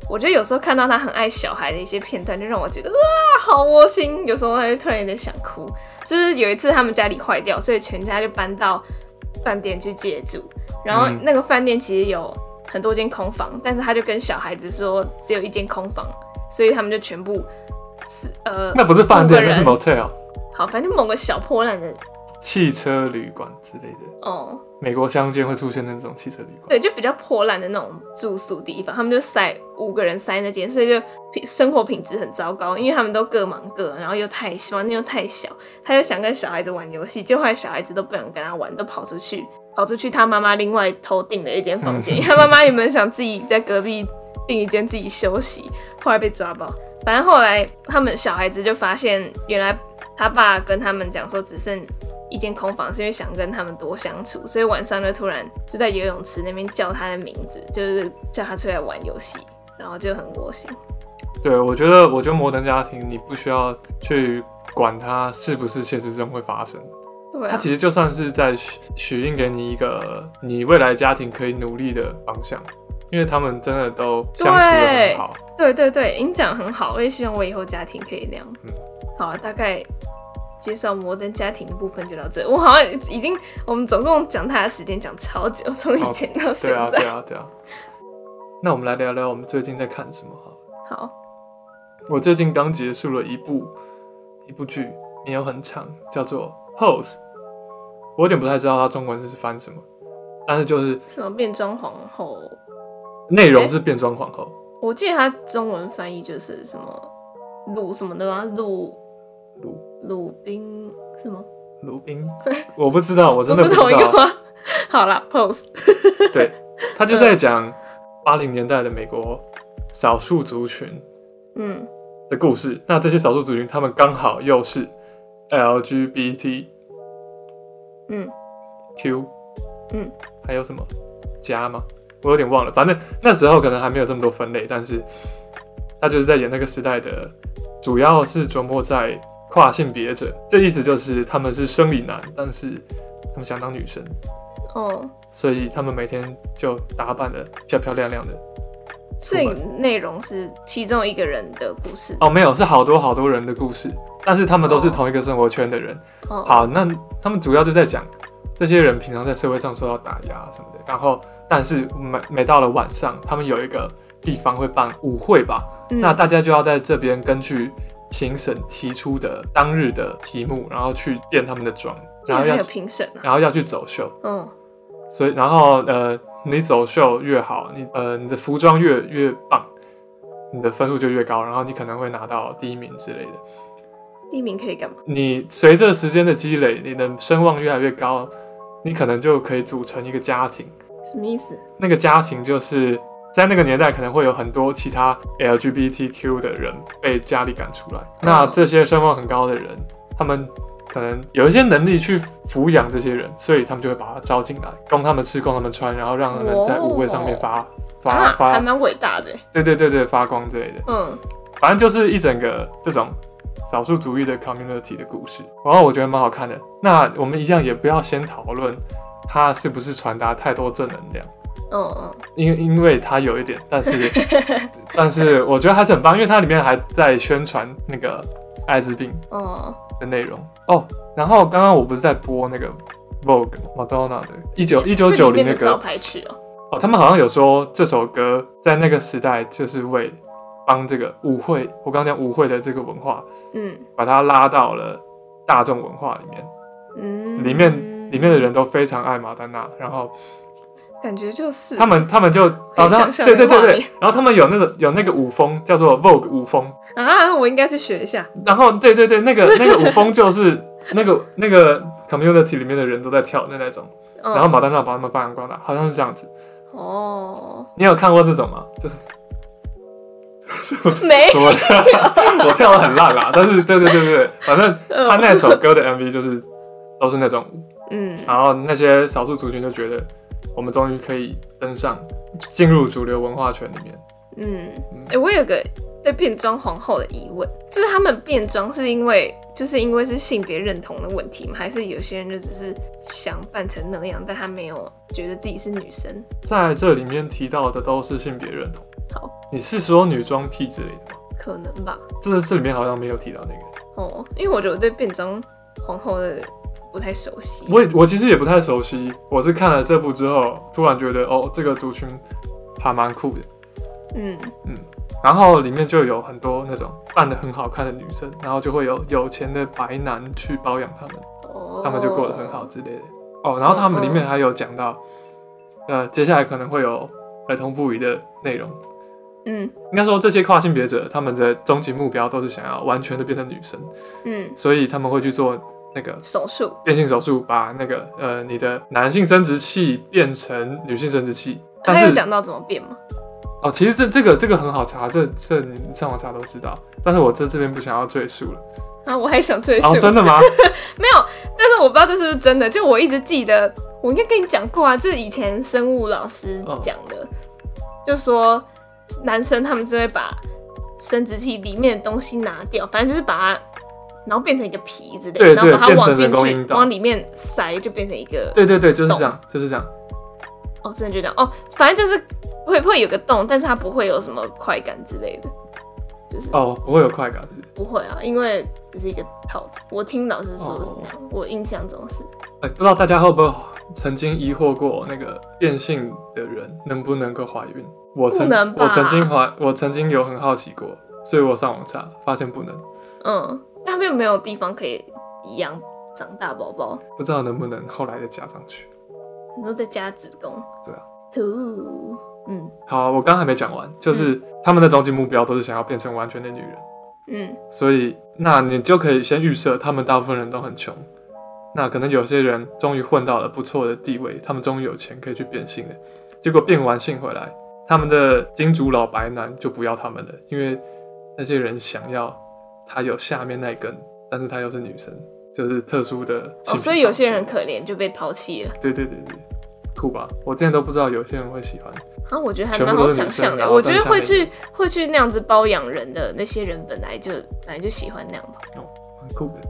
Speaker 1: 我觉得有时候看到他很爱小孩的一些片段，就让我觉得哇，好窝心。有时候会突然有点想哭。就是有一次他们家里坏掉，所以全家就搬到饭店去借住，然后
Speaker 2: 嗯
Speaker 1: 那个饭店其实有很多间空房，但是他就跟小孩子说只有一间空房，所以他们就全部是呃，
Speaker 2: 那不是饭店，
Speaker 1: 五个
Speaker 2: 那是
Speaker 1: 人
Speaker 2: motel、
Speaker 1: 好，反正某个小破烂的
Speaker 2: 汽车旅馆之类的。
Speaker 1: 哦，
Speaker 2: 美国乡间会出现那种汽车旅馆。
Speaker 1: 对，就比较破烂的那种住宿地方，他们就塞五个人塞那间，所以就品生活品质很糟糕，因为他们都各忙各，然后又太小，房间又太小，他又想跟小孩子玩游戏，结果后来小孩子都不想跟他玩，都跑出去，跑出去他妈妈另外偷订了一间房间，因为嗯他妈妈原本想自己在隔壁订一间自己休息，后来被抓包。反正后来他们小孩子就发现，原来他爸跟他们讲说只剩一间空房，是因为想跟他们多相处，所以晚上就突然就在游泳池那边叫他的名字，就是叫他出来玩游戏，然后就很窝心。
Speaker 2: 对，我觉得，我觉得摩登家庭你不需要去管它是不是现实中会发生。
Speaker 1: 对、
Speaker 2: 它
Speaker 1: 啊，
Speaker 2: 其实就算是在许许愿给你一个你未来家庭可以努力的方向，因为他们真的都相处的很好。
Speaker 1: 对对对，你讲得很好，我也希望我以后家庭可以那样。
Speaker 2: 嗯
Speaker 1: 好，大概介绍摩登家庭的部分就到这。我好像已经，我们总共讲它的时间讲超久，从以前到现
Speaker 2: 对啊，
Speaker 1: 在。
Speaker 2: 对啊，对啊。那我们来聊聊我们最近在看什么好了。
Speaker 1: 好，
Speaker 2: 我最近刚结束了一部一部剧，没有很长，叫做《Pose》，我有点不太知道它中文是翻什么，但是就是
Speaker 1: 什么变装皇后？
Speaker 2: 内容是变装皇后，
Speaker 1: 我记得它中文翻译就是什么鲁什么的吧，鲁
Speaker 2: 鲁
Speaker 1: 鲁宾什么？
Speaker 2: 鲁 <laughs> 宾，我不知道，我真的
Speaker 1: 不
Speaker 2: 不
Speaker 1: 是同
Speaker 2: 知
Speaker 1: 一个
Speaker 2: 道。
Speaker 1: 吗？ <laughs> 好啦 p o s e
Speaker 2: <laughs> 对，他就在讲八零年代的美国少数族群
Speaker 1: 嗯，
Speaker 2: 的故事。那这些少数族群，他们刚好又是 LGBTQ，
Speaker 1: 嗯，嗯，
Speaker 2: 还有什么加吗？我有点忘了，反正那时候可能还没有这么多分类，但是他就是在演那个时代的，主要是琢磨在跨性别者，这意思就是他们是生理男，但是他们想当女生，
Speaker 1: 哦，
Speaker 2: 所以他们每天就打扮的漂漂亮亮的。
Speaker 1: 所以内容是其中一个人的故事。
Speaker 2: 哦，没有，是好多好多人的故事，但是他们都是同一个生活圈的人。
Speaker 1: 哦，
Speaker 2: 好，那他们主要就在讲这些人平常在社会上受到打压什么的，然后但是每每到了晚上，他们有一个地方会办舞会吧，
Speaker 1: 嗯，
Speaker 2: 那大家就要在这边根据评审提出的当日的题目，然后去变他们的妆，
Speaker 1: 这
Speaker 2: 然
Speaker 1: 个
Speaker 2: 后
Speaker 1: 还
Speaker 2: 要
Speaker 1: 有评审啊。
Speaker 2: 然后要去走秀，
Speaker 1: 嗯，
Speaker 2: 所以然后呃，你走秀越好，你呃你的服装越越棒，你的分数就越高，然后你可能会拿到第一名之类的。
Speaker 1: 第一名可以干嘛？
Speaker 2: 你随着时间的积累，你的声望越来越高，你可能就可以组成一个家庭。
Speaker 1: 什么意思？
Speaker 2: 那个家庭就是在那个年代可能会有很多其他 LGBTQ 的人被家里赶出来，
Speaker 1: 嗯
Speaker 2: 那这些声望很高的人，他们可能有一些能力去抚养这些人，所以他们就会把他招进来，供他们吃，供他们穿，然后让他们在舞会上面发发
Speaker 1: 啊，还
Speaker 2: 发，
Speaker 1: 蛮伟大的。欸
Speaker 2: 对对对对，发光之类的。
Speaker 1: 嗯，
Speaker 2: 反正就是一整个这种少数族裔的 community 的故事，然后我觉得蛮好看的。那我们一样也不要先讨论它是不是传达太多正能量，
Speaker 1: 哦哦，
Speaker 2: 因为因为它有一点，但是但是我觉得还是很棒，因为它里面还在宣传那个艾滋病
Speaker 1: 哦，
Speaker 2: 的内容哦。然后刚刚我不是在播那个 Vogue Madonna 的一九一九
Speaker 1: 是
Speaker 2: 九
Speaker 1: 里
Speaker 2: 零
Speaker 1: 面
Speaker 2: 的
Speaker 1: 的招
Speaker 2: 歌
Speaker 1: 牌曲哦。
Speaker 2: 哦，他们好像有说这首歌在那个时代就是为帮这个舞会，我刚刚讲舞会的这个文化
Speaker 1: 嗯
Speaker 2: 把它拉到了大众文化里面，
Speaker 1: 嗯，
Speaker 2: 里面里面的人都非常爱马丹娜，然后
Speaker 1: 感觉就是
Speaker 2: 他们他们就，
Speaker 1: 可以
Speaker 2: 然后
Speaker 1: 想象
Speaker 2: 对对
Speaker 1: 那
Speaker 2: 对
Speaker 1: 个画
Speaker 2: 对
Speaker 1: 面，
Speaker 2: 然后他们有那个有那个舞风叫做 Vogue 舞风，
Speaker 1: 啊，我应该去学一下。
Speaker 2: 然后对对对，
Speaker 1: <laughs>
Speaker 2: 那个那个舞风就是那个那个 community 里面的人都在跳的那种，
Speaker 1: 嗯、
Speaker 2: 然后马丹娜把他们发扬光大，好像是这样子。
Speaker 1: 哦，
Speaker 2: 你有看过这种吗？就是就是我
Speaker 1: 没
Speaker 2: <laughs> 什么的，我跳的很烂啦，但是对对对对，对反正他那首歌的 MV 就是都是那种
Speaker 1: 嗯
Speaker 2: 然后那些少数族群就觉得，我们终于可以登上，进入主流文化圈里面。
Speaker 1: 嗯，哎、我有个对变装皇后的疑问，就是他们变装是因为就是因为是性别认同的问题吗？还是有些人就只是想扮成那样，但他没有觉得自己是女生？
Speaker 2: 在这里面提到的都是性别认同。
Speaker 1: 好，
Speaker 2: 你是说女装癖之类的吗？
Speaker 1: 可能吧。
Speaker 2: 这这里面好像没有提到那个。
Speaker 1: 哦，因为我觉得我对变装皇后的不太熟悉。
Speaker 2: 我也我其实也不太熟悉，我是看了这部之后，突然觉得哦，这个族群还蛮酷的。
Speaker 1: 嗯，
Speaker 2: 然后里面就有很多那种扮的很好看的女生，然后就会有有钱的白男去包养她们。
Speaker 1: 哦，
Speaker 2: 他们就过得很好。之类的。哦，然后他们里面还有讲到，呃，接下来可能会有儿童不宜的内容。
Speaker 1: 嗯
Speaker 2: 应该说，这些跨性别者他们的终极目标都是想要完全的变成女生，
Speaker 1: 嗯，
Speaker 2: 所以他们会去做那个
Speaker 1: 手术
Speaker 2: 变性手术，把那个呃你的男性生殖器变成女性生殖器。
Speaker 1: 他有
Speaker 2: 但是
Speaker 1: 讲到怎么变吗？
Speaker 2: 哦，其实这这个这个很好查，这这你上网查都知道。但是我这这边不想要赘述了。
Speaker 1: 啊，我还想追溯、
Speaker 2: 哦，真的吗？
Speaker 1: 没有，但是我不知道这是不是真的。就我一直记得，我应该跟你讲过啊，就是以前生物老师讲的，
Speaker 2: 哦
Speaker 1: 就说男生他们是会把生殖器里面的东西拿掉，反正就是把它然后变成一个皮之类，
Speaker 2: 对
Speaker 1: 然后
Speaker 2: 对
Speaker 1: 把它
Speaker 2: 变
Speaker 1: 往
Speaker 2: 成
Speaker 1: 进
Speaker 2: 人工
Speaker 1: 去
Speaker 2: 阴，道
Speaker 1: 往里面塞，就变成一个
Speaker 2: 对对对，就是
Speaker 1: 懂
Speaker 2: 这样，就是这样。
Speaker 1: 哦，真的就这样哦，反正就是会会有个洞，但是它不会有什么快感之类的，就是
Speaker 2: 哦，不会有快感，是不是
Speaker 1: 不会啊，因为只是一个套子。我听老师说是
Speaker 2: 哦
Speaker 1: 这样，我印象中是
Speaker 2: 哎，不知道大家会不会曾经疑惑过那个变性的人能不能够怀孕？我曾
Speaker 1: 不能吧
Speaker 2: 我曾经怀，我曾经有很好奇过，所以我上网查，发现不能，
Speaker 1: 嗯，那边没有地方可以养长大宝宝，
Speaker 2: 不知道能不能后来再加上去。
Speaker 1: 你说再加子宫，
Speaker 2: 对啊，
Speaker 1: 哦，嗯
Speaker 2: 好，啊我刚刚还没讲完，就是他们的终极目标都是想要变成完全的女人，
Speaker 1: 嗯
Speaker 2: 所以那你就可以先预设，他们大部分人都很穷。那可能有些人终于混到了不错的地位，他们终于有钱可以去变性了。结果变完性回来，他们的金主老白男就不要他们了，因为那些人想要他有下面那一根，但是他又是女生，就是特殊的
Speaker 1: 哦，
Speaker 2: 性癖
Speaker 1: 所以有些人
Speaker 2: 方式
Speaker 1: 可怜就被抛弃了。
Speaker 2: 对对对对，酷吧？我之前都不知道有些人会喜欢，
Speaker 1: 啊，我觉得还
Speaker 2: 全部
Speaker 1: 蛮
Speaker 2: 都
Speaker 1: 好
Speaker 2: 是
Speaker 1: 想
Speaker 2: 女生
Speaker 1: 象的。
Speaker 2: 然后
Speaker 1: 我觉
Speaker 2: 但
Speaker 1: 得
Speaker 2: 是
Speaker 1: 会
Speaker 2: 下面
Speaker 1: 去会去那样子包养人的那些人，本来就本来就喜欢那样吧。
Speaker 2: 蛮酷的，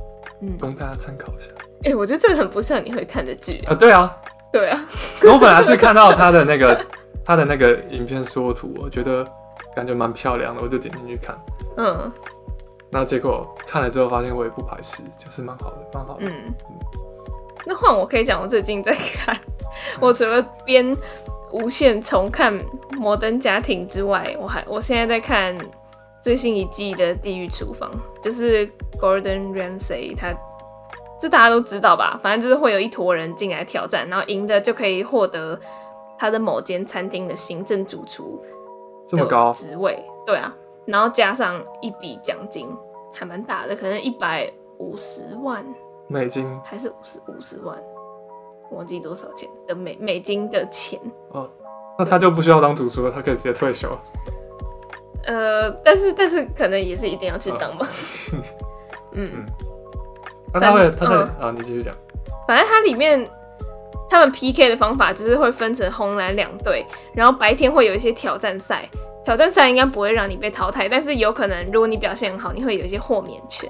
Speaker 1: 嗯，
Speaker 2: 供大家参考一下
Speaker 1: 哎、我觉得这个很不像你会看的剧。
Speaker 2: <laughs> 啊。对啊，
Speaker 1: 对啊，
Speaker 2: <laughs> 我本来是看到他的那个 <laughs> 他的那个影片缩图，我觉得感觉蛮漂亮的，我就点进去看。
Speaker 1: 嗯
Speaker 2: 那结果看了之后发现我也不排斥，就是蛮好的，蛮好的。
Speaker 1: 嗯。那换我可以讲，我最近在看。
Speaker 2: 嗯
Speaker 1: 我除了边无限重看《摩登家庭》之外，我还我现在在看最新一季的《地狱厨房》，就是 Gordon Ramsay 他。这大家都知道吧？反正就是会有一坨人进来挑战，然后赢的就可以获得他的某间餐厅的行政主厨
Speaker 2: 这么高，
Speaker 1: 职位，对啊，然后加上一笔奖金，还蛮大的，可能一百五十万
Speaker 2: 美金
Speaker 1: 还是五十五十万，忘记多少钱的美美金的钱。
Speaker 2: 哦，那他就不需要当主厨了，他可以直接退休。
Speaker 1: 呃，但是但是可能也是一定要去当吧。嗯，
Speaker 2: 那他会
Speaker 1: 但
Speaker 2: 他在
Speaker 1: 嗯
Speaker 2: 啊，你继续讲。
Speaker 1: 反正它里面他们 PK 的方法就是会分成红蓝两队，然后白天会有一些挑战赛，挑战赛应该不会让你被淘汰，但是有可能如果你表现很好，你会有一些豁免权。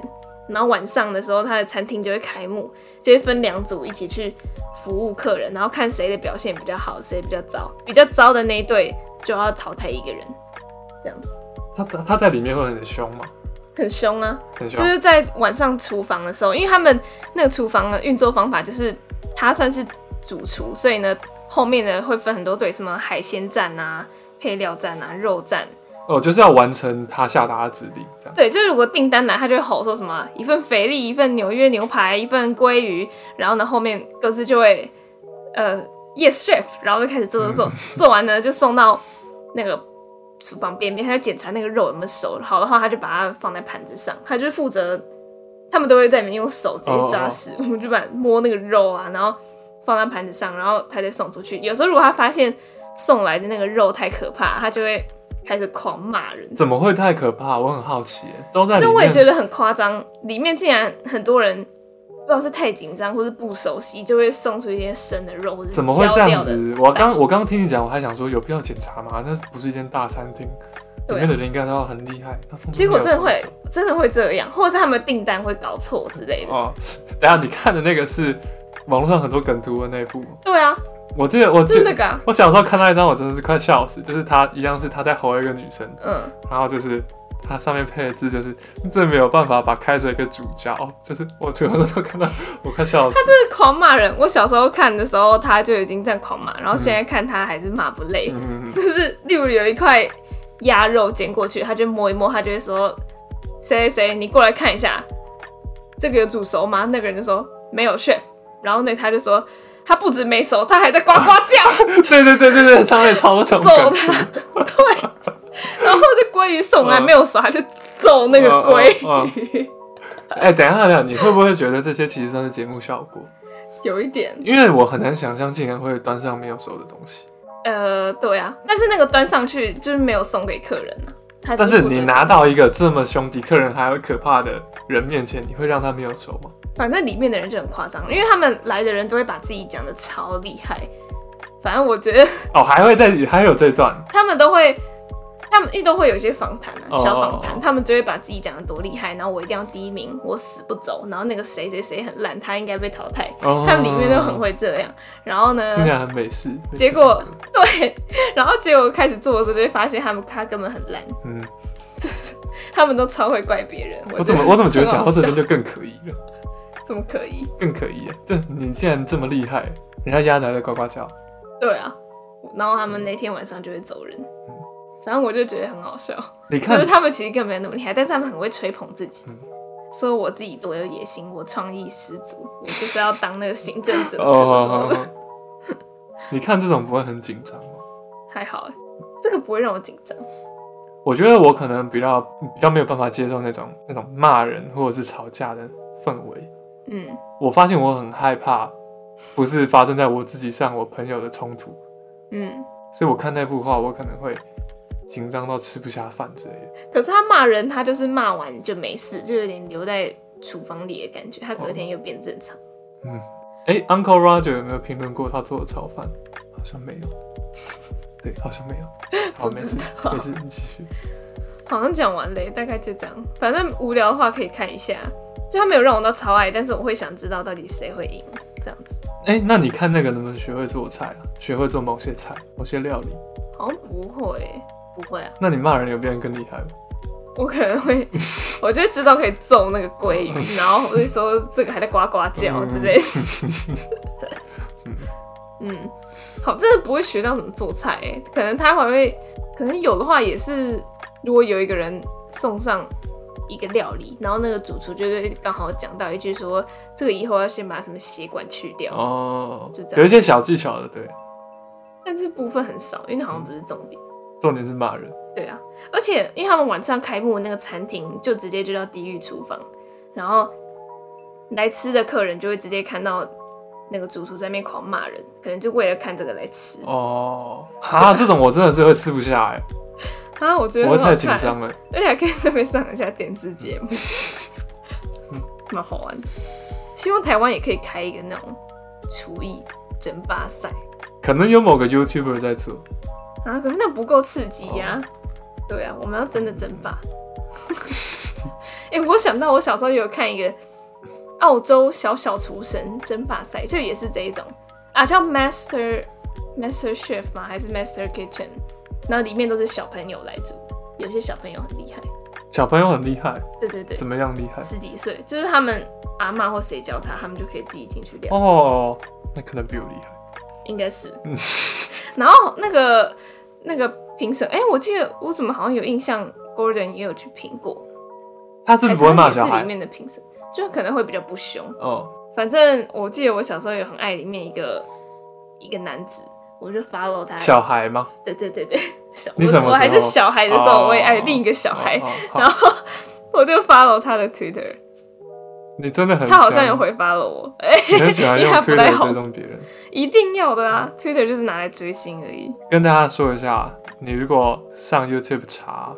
Speaker 1: 然后晚上的时候，他的餐厅就会开幕，就会分两组一起去服务客人，然后看谁的表现比较好，谁比较糟。比较糟的那一队就要淘汰一个人，这样子
Speaker 2: 他他他在里面会很凶吗？
Speaker 1: 很凶啊。
Speaker 2: 很凶
Speaker 1: 就。是在晚上厨房的时候，因为他们那个厨房的运作方法就是他算是主厨，所以呢后面呢会分很多队，什么海鲜站啊、配料站啊、肉站。
Speaker 2: 哦，就是要完成他下达的指令，这样。
Speaker 1: 对，就是如果订单来，他就会吼说什么一份肥力、一份纽约牛排、一份鲑鱼，然后呢后面各自就会呃 yes chef，然后就开始做做
Speaker 2: 嗯
Speaker 1: 做，做完呢就送到那个厨房边边，他就检查那个肉有没有熟，好的话他就把它放在盘子上，他就负责，他们都会在里面用手直接抓食物，就把摸那个肉啊，然后放在盘子上，然后他再送出去。有时候如果他发现送来的那个肉太可怕，他就会开始狂骂人。
Speaker 2: 怎么会太可怕？我很好奇耶，都在里面。
Speaker 1: 就我也觉得很夸张，里面竟然很多人不知道是太紧张或是不熟悉，就会送出一些生的肉或者
Speaker 2: 怎么会这样子？我
Speaker 1: 蛋
Speaker 2: 刚我刚听你讲，我还想说有必要检查吗？那不是一间大餐厅，里
Speaker 1: 对啊
Speaker 2: 面的人应该都很厉害。那从
Speaker 1: 结果
Speaker 2: 这
Speaker 1: 真
Speaker 2: 边
Speaker 1: 的
Speaker 2: 有什
Speaker 1: 会
Speaker 2: 么
Speaker 1: 真的会这样，或者是他们订单会搞错之类的。
Speaker 2: 哦， <laughs> 是等一下你看的那个是网络上很多梗图的那一部吗，
Speaker 1: 对啊，
Speaker 2: 我记得我
Speaker 1: 就
Speaker 2: 记
Speaker 1: 是
Speaker 2: 得
Speaker 1: 那个、啊，
Speaker 2: 我小时候看那一张，我真的是快笑死。就是他一样是他在吼一个女生，
Speaker 1: 嗯，
Speaker 2: 然后就是他上面配的字就是真没有办法把开水给煮焦，就是我突然都看到我快笑死。
Speaker 1: 就是狂骂人。我小时候看的时候，他就已经在狂骂，然后现在看他还是骂不累。<laughs>
Speaker 2: 嗯，
Speaker 1: 就是例如有一块鸭肉捡过去，他就摸一摸，他就会说：“谁谁谁，你过来看一下，这个有煮熟吗？”那个人就说：“没有，chef。”然后那他就说：“他不止没熟，他还在呱呱
Speaker 2: <laughs>
Speaker 1: 叫，
Speaker 2: 对对对对对，上面超多这种
Speaker 1: 揍
Speaker 2: 梗
Speaker 1: 他
Speaker 2: 图。！”
Speaker 1: <laughs> 对，然后这鲑鱼送来
Speaker 2: 嗯
Speaker 1: 没有熟，他就揍那个鲑
Speaker 2: 嗯
Speaker 1: 鱼，
Speaker 2: 哎、等一下，等一下，你会不会觉得这些其实算是节目效果？
Speaker 1: <laughs> 有一点。
Speaker 2: 因为我很难想象竟然会端上没有熟的东西。
Speaker 1: 呃，对啊，但是那个端上去就是没有送给客人啊。他只
Speaker 2: 但是
Speaker 1: 负责
Speaker 2: 你
Speaker 1: 煮
Speaker 2: 拿到一个这么凶比客人还要可怕的人面前，你会让他没有熟吗？
Speaker 1: 反正里面的人就很夸张，因为他们来的人都会把自己讲的超厉害。反正我觉得
Speaker 2: 哦，还会再还有这段
Speaker 1: 他们都会，他他们因为都会有一些访谈啊，
Speaker 2: 哦
Speaker 1: 小访谈
Speaker 2: 哦哦
Speaker 1: 他们就会把自己讲的多厉害，然后我一定要第一名，我死不走，然后那个谁谁谁很烂，他应该被淘汰，
Speaker 2: 哦
Speaker 1: 他们里面都很会这样。然后呢
Speaker 2: <laughs> 听，起来很美式。美式
Speaker 1: 结果对，然后结果开始做的时候就会发现他们他根本很烂，
Speaker 2: 嗯，
Speaker 1: 他们都超会怪别人。
Speaker 2: 我怎么我怎么觉得讲
Speaker 1: 讲
Speaker 2: 到这边就更可疑了，
Speaker 1: 怎么可以？
Speaker 2: 更可疑了。这你竟然这么厉害，人家鸭子还在呱呱叫。
Speaker 1: 对啊，然后他们那天晚上就会走人。反正我就觉得很好笑，
Speaker 2: 你
Speaker 1: 就
Speaker 2: 看嗯
Speaker 1: 是，他们其实根本没有那么厉害，但是他们很会吹捧自己，说我自己多有野心，我创意十足，我就是要当那个行政者什
Speaker 2: <laughs> 哦
Speaker 1: 么什
Speaker 2: 哦
Speaker 1: 么的。
Speaker 2: 哦，你看这种不会很紧张吗？
Speaker 1: 还好欸，这个不会让我紧张。
Speaker 2: 我觉得我可能比较比较没有办法接受那种那种骂人或者是吵架的氛围。
Speaker 1: 嗯，
Speaker 2: 我发现我很害怕，不是发生在我自己上，我朋友的冲突。
Speaker 1: 嗯，
Speaker 2: 所以我看那部画，我可能会紧张到吃不下饭之类的。
Speaker 1: 可是他骂人，他就是骂完就没事，就有点留在厨房里的感觉。他隔天又变正
Speaker 2: 哦
Speaker 1: 常，
Speaker 2: 哎、u n c l e Roger 有没有评论过他做的炒饭？好像没有。 <laughs> 对，好像没
Speaker 1: <laughs>
Speaker 2: 有。好，
Speaker 1: 不
Speaker 2: 没
Speaker 1: 知
Speaker 2: 事，
Speaker 1: 道
Speaker 2: 没事，你继续。
Speaker 1: 好像讲完了欸，大概就这样。反正无聊的话可以看一下，就他没有让我到超爱，但是我会想知道到底谁会赢这样子。
Speaker 2: 哎、那你看那个能不能学会做菜啊？学会做某些菜、某些料理？
Speaker 1: 好像不会欸，不会啊，
Speaker 2: 那你骂人有变得更厉害吗？
Speaker 1: 我可能会，我就会知道可以揍那个鲑鱼，然后我就说这个还在呱呱叫之类的。 <laughs> 嗯，好，真的不会学到怎么做菜、欸，可能他还会，可能有的话也是，如果有一个人送上一个料理，然后那个主厨就会刚好讲到一句说，这个以后要先把什么血管去掉，
Speaker 2: 哦
Speaker 1: 就这，样
Speaker 2: 有一些小技巧的，对，
Speaker 1: 但这部分很少，因为那好像不是重点。
Speaker 2: 重点是骂人。
Speaker 1: 对啊，而且因为他们晚上开幕的那个餐厅就直接就叫地狱厨房，然后来吃的客人就会直接看到那个主厨在那边狂骂人，可能就为了看这个来吃。
Speaker 2: 哦，哈，这种我真的是会吃不下
Speaker 1: <laughs>
Speaker 2: 哎、
Speaker 1: 啊，我觉得
Speaker 2: 我会
Speaker 1: 很好
Speaker 2: 太紧
Speaker 1: 看，
Speaker 2: 张了。
Speaker 1: 而且还可以顺便上一下电视节
Speaker 2: <laughs>
Speaker 1: 目，蛮好玩的。希望台湾也可以开一个那种厨艺争霸赛
Speaker 2: 可能有某个 YouTuber 在做，
Speaker 1: 啊，可是那不够刺激呀、
Speaker 2: 哦
Speaker 1: 对啊，我们要真的争霸。 <laughs> 哎、我想到我小时候有看一个澳洲小小厨神争霸赛，就也是这一种啊，叫 Master Master Chef 吗？还是 Master Kitchen？然后里面都是小朋友来煮的，有些小朋友很厉害。
Speaker 2: 小朋友很厉害，
Speaker 1: 对对对
Speaker 2: 怎，么样厉害？
Speaker 1: 十几岁，就是他们阿妈或谁教他，他们就可以自己进去聊，
Speaker 2: 哦，那可能比我厉害。
Speaker 1: 应该是。然后那个那个评审，哎、我记得我怎么好像有印象，Gordon 也有去评过，
Speaker 2: <laughs> 他是不
Speaker 1: 还
Speaker 2: 是不会
Speaker 1: 他
Speaker 2: 骂
Speaker 1: 也是
Speaker 2: 小
Speaker 1: 里
Speaker 2: 孩？
Speaker 1: 面的评审，就可能会比较不凶。
Speaker 2: 哦，
Speaker 1: 反正我记得我小时候也很爱里面一个一个男子，我就 follow 他。
Speaker 2: 小孩吗？
Speaker 1: 对对对对，小
Speaker 2: 你什么时
Speaker 1: 哎我
Speaker 2: 候
Speaker 1: 我还是小孩的时候，
Speaker 2: 哦
Speaker 1: 我也爱另一个小孩，
Speaker 2: 哦哦好
Speaker 1: <laughs> 然后我就 follow 他的 Twitter，
Speaker 2: 你真的很，
Speaker 1: 他好像有，回 follow 我。 <laughs> 哎、
Speaker 2: 你很喜欢用
Speaker 1: 因为他不太
Speaker 2: Twitter
Speaker 1: 好
Speaker 2: 追踪别人。
Speaker 1: 一定要的啊，Twitter 就是拿来追星而已。
Speaker 2: 跟大家说一下，你如果上 YouTube
Speaker 1: <laughs>
Speaker 2: 查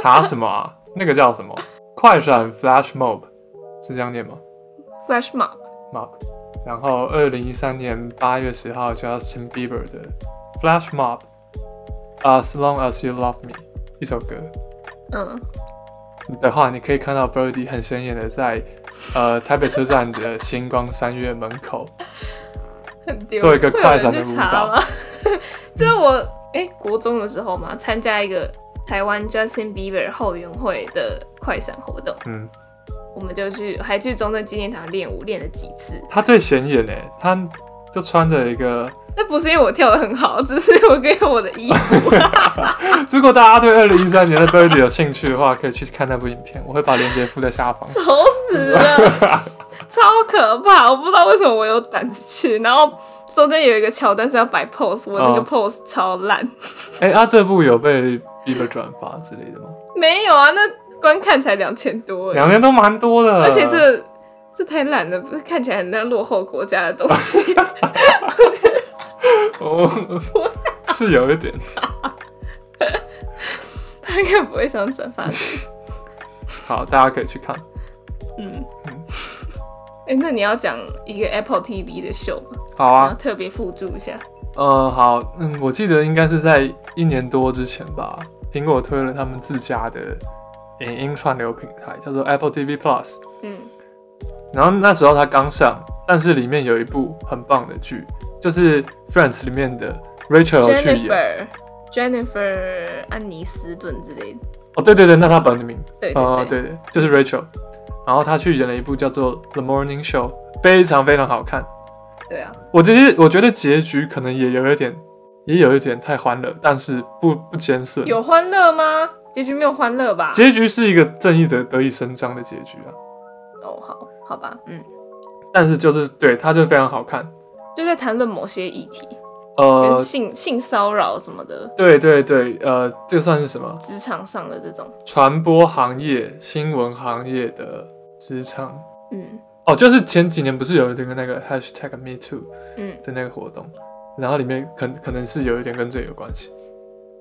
Speaker 2: 查什么啊？那个叫什么？快闪 Flash Mob 是这样念吗
Speaker 1: Flash Mob，
Speaker 2: ？Mob。然后二零一三年八月十号，Justin Bieber 的 Flash Mob As Long As You Love Me 一首歌。
Speaker 1: 嗯，
Speaker 2: 的话，你可以看到 Birdy 很显眼的在呃台北车站的星光三月门口。
Speaker 1: 很丢。
Speaker 2: 做一个快闪的
Speaker 1: 会有人去
Speaker 2: 舞
Speaker 1: 查
Speaker 2: 蹈
Speaker 1: 吗？ <laughs> 就是我哎、国中的时候嘛，参加一个台湾 Justin Bieber 后援会的快闪活动，
Speaker 2: 嗯，
Speaker 1: 我们就去还去中正纪念堂练舞，练了几次。
Speaker 2: 他最显眼诶，他就穿着一个。 <laughs>
Speaker 1: 那不是因为我跳的很好，只是我跟我的衣服。
Speaker 2: 如果大家对二零一三年的 Birdy 有兴趣的话，可以去看那部影片，我会把链接附在下
Speaker 1: <laughs>
Speaker 2: 方。
Speaker 1: 愁死了，
Speaker 2: <laughs>
Speaker 1: 超可怕！我不知道为什么我有胆子去，然后中间有一个桥段是要摆 pose，我那个
Speaker 2: 哦
Speaker 1: pose 超烂。
Speaker 2: 哎、啊，这部有被 Bieber 转发之类的吗？
Speaker 1: 没有啊，那观看才两千多而已，
Speaker 2: 两年都蛮多的，
Speaker 1: 而且这这太烂了，不是看起来很像落后国家的东
Speaker 2: <laughs>
Speaker 1: 西，
Speaker 2: 哦 <laughs> 是有一点。
Speaker 1: 他应该不会想转发的。
Speaker 2: 好，大家可以去看。
Speaker 1: 嗯，哎、那你要讲一个 Apple TV 的秀吗？
Speaker 2: 好
Speaker 1: 然后
Speaker 2: 啊，
Speaker 1: 特别附注一下，
Speaker 2: 嗯、呃，好，嗯，我记得应该是在一年多之前吧，苹果推了他们自家的影音串流平台，叫做 Apple TV Plus。
Speaker 1: 嗯
Speaker 2: 然后那时候它刚上，但是里面有一部很棒的剧，就是《Friends》里面的 Rachel 去演。
Speaker 1: ，Jennifer Jennifer 安妮斯顿之类的，
Speaker 2: 哦，对对对，那她本名
Speaker 1: 对对对，
Speaker 2: 哦，对，就是 Rachel。然后她去演了一部叫做《The Morning Show》，非常非常好看。
Speaker 1: 对啊，
Speaker 2: 我觉得我觉得结局可能也有一点，也有一点太欢乐，但是不不艰涩。
Speaker 1: 有欢乐吗？结局没有欢乐吧？
Speaker 2: 结局是一个正义的得以伸张的结局啊，
Speaker 1: 哦，好好吧，嗯，
Speaker 2: 但是就是对它就非常好看。
Speaker 1: 就在谈论某些议题，
Speaker 2: 呃
Speaker 1: 跟，性性骚扰什么的，
Speaker 2: 对对对，呃，这个算是什么？
Speaker 1: 职场上的这种，
Speaker 2: 传播行业、新闻行业的职场
Speaker 1: 嗯
Speaker 2: 哦，就是前几年不是有一个那个 hashtag Me Too
Speaker 1: 嗯，
Speaker 2: 的那个活动，然后里面可可能是有一点跟这个有关系。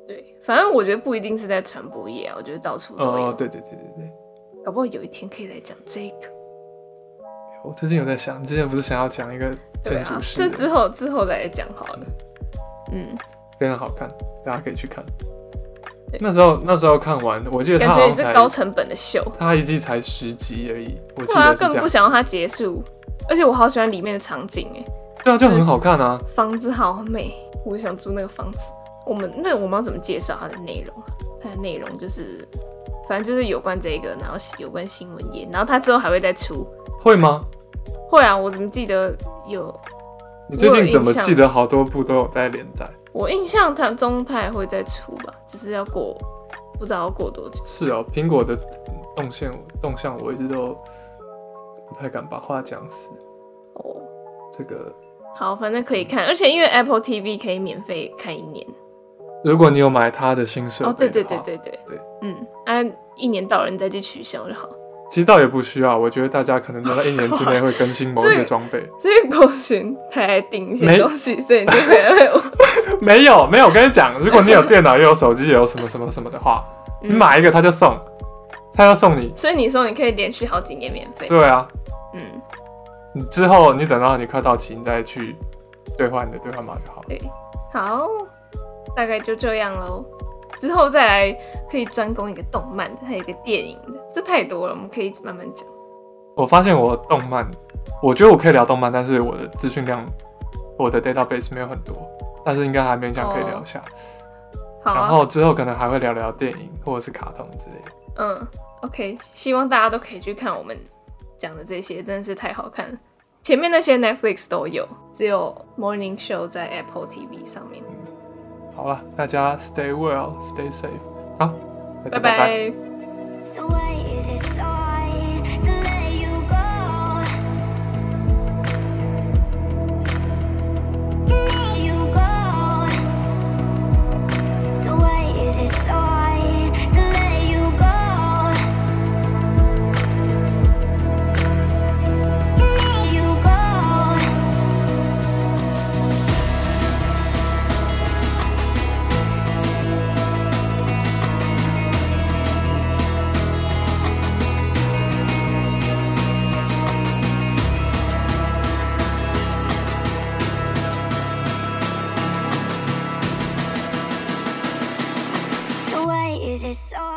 Speaker 1: 对，反正我觉得不一定是在传播业啊，我觉得到处都有，
Speaker 2: 哦，对对对对对，
Speaker 1: 搞不好有一天可以来讲这个，
Speaker 2: 我最近有在想，你之前不是想要讲一个
Speaker 1: 对
Speaker 2: 建
Speaker 1: 啊
Speaker 2: 筑，师
Speaker 1: 这
Speaker 2: 的，
Speaker 1: 之后之后再来讲好了，嗯，
Speaker 2: 非常好看，大家可以去看
Speaker 1: 对。
Speaker 2: 那时候那时候看完，我记得
Speaker 1: 感
Speaker 2: 他好
Speaker 1: 觉
Speaker 2: 像
Speaker 1: 也是
Speaker 2: 才
Speaker 1: 高成本的秀，
Speaker 2: 他一季才十集而已，我记
Speaker 1: 对啊，
Speaker 2: 得是
Speaker 1: 更
Speaker 2: 这样
Speaker 1: 不。想要它结束，而且我好喜欢里面的场景，哎，
Speaker 2: 对啊，就是很好看啊。
Speaker 1: 房子好美，我也想住那个房子。我们那我们要怎么介绍它的内容啊？它的内容就是，反正就是有关这个，然后有关新闻业，然后它之后还会再出。
Speaker 2: 会吗？
Speaker 1: 会啊，我怎么记得有？
Speaker 2: 你最
Speaker 1: 我有
Speaker 2: 近
Speaker 1: 印
Speaker 2: 怎么
Speaker 1: 象
Speaker 2: 记得好多部都有在连载？
Speaker 1: 我印象它中泰会再出吧，只是要过不知道要过多久。
Speaker 2: 是哦，苹果的动向动向我一直都不太敢把话讲死。
Speaker 1: 哦，
Speaker 2: 这个，
Speaker 1: 好，反正可以看，而且因为 Apple TV 可以免费看一年。
Speaker 2: 如果你有买它的新设
Speaker 1: 哦，对
Speaker 2: 备的
Speaker 1: 对
Speaker 2: 话，
Speaker 1: 对对对，
Speaker 2: 对
Speaker 1: 嗯，啊，一年到了你再去取消就好。
Speaker 2: 其实倒也不需要。我觉得大家可能都在一年之内会更新某一
Speaker 1: <laughs> 这
Speaker 2: 些
Speaker 1: 个
Speaker 2: 装备。
Speaker 1: <laughs> 这个狗熊太爱订一些
Speaker 2: 没
Speaker 1: 东西，所以你就回来我。
Speaker 2: 没有没有，我跟你讲，如果你有电脑又有手机又有什么什么什么的话， <laughs> 你
Speaker 1: 嗯
Speaker 2: 买一个他就送，他要送你。
Speaker 1: 所以你说你可以连续好几年免费，
Speaker 2: 对啊，
Speaker 1: 嗯，
Speaker 2: 你之后你等到你快到期，你再去兑换你的兑换码就好。
Speaker 1: 对，好，大概就这样喽。之后再来可以专攻一个动漫的，还有一个电影的，这太多了，我们可以一直慢慢讲。
Speaker 2: 我发现我动漫，我觉得我可以聊动漫，但是我的资讯量，我的 database 没有很多，但是应该还勉强可以聊一下。
Speaker 1: 哦好
Speaker 2: 然
Speaker 1: 啊，
Speaker 2: 后之后可能还会聊聊电影或者是卡通之类的。
Speaker 1: 嗯，OK，希望大家都可以去看我们讲的这些，真的是太好看了。前面那些 Netflix 都有，只有 Morning Show 在 Apple TV 上面。
Speaker 2: 好了，大家 stay well，stay safe。好，
Speaker 1: 拜
Speaker 2: 大家拜拜。
Speaker 1: 拜。
Speaker 3: So why is it sorry to let you go? To let you go. So why is it sorry to let you go? To let you go. So why is it so?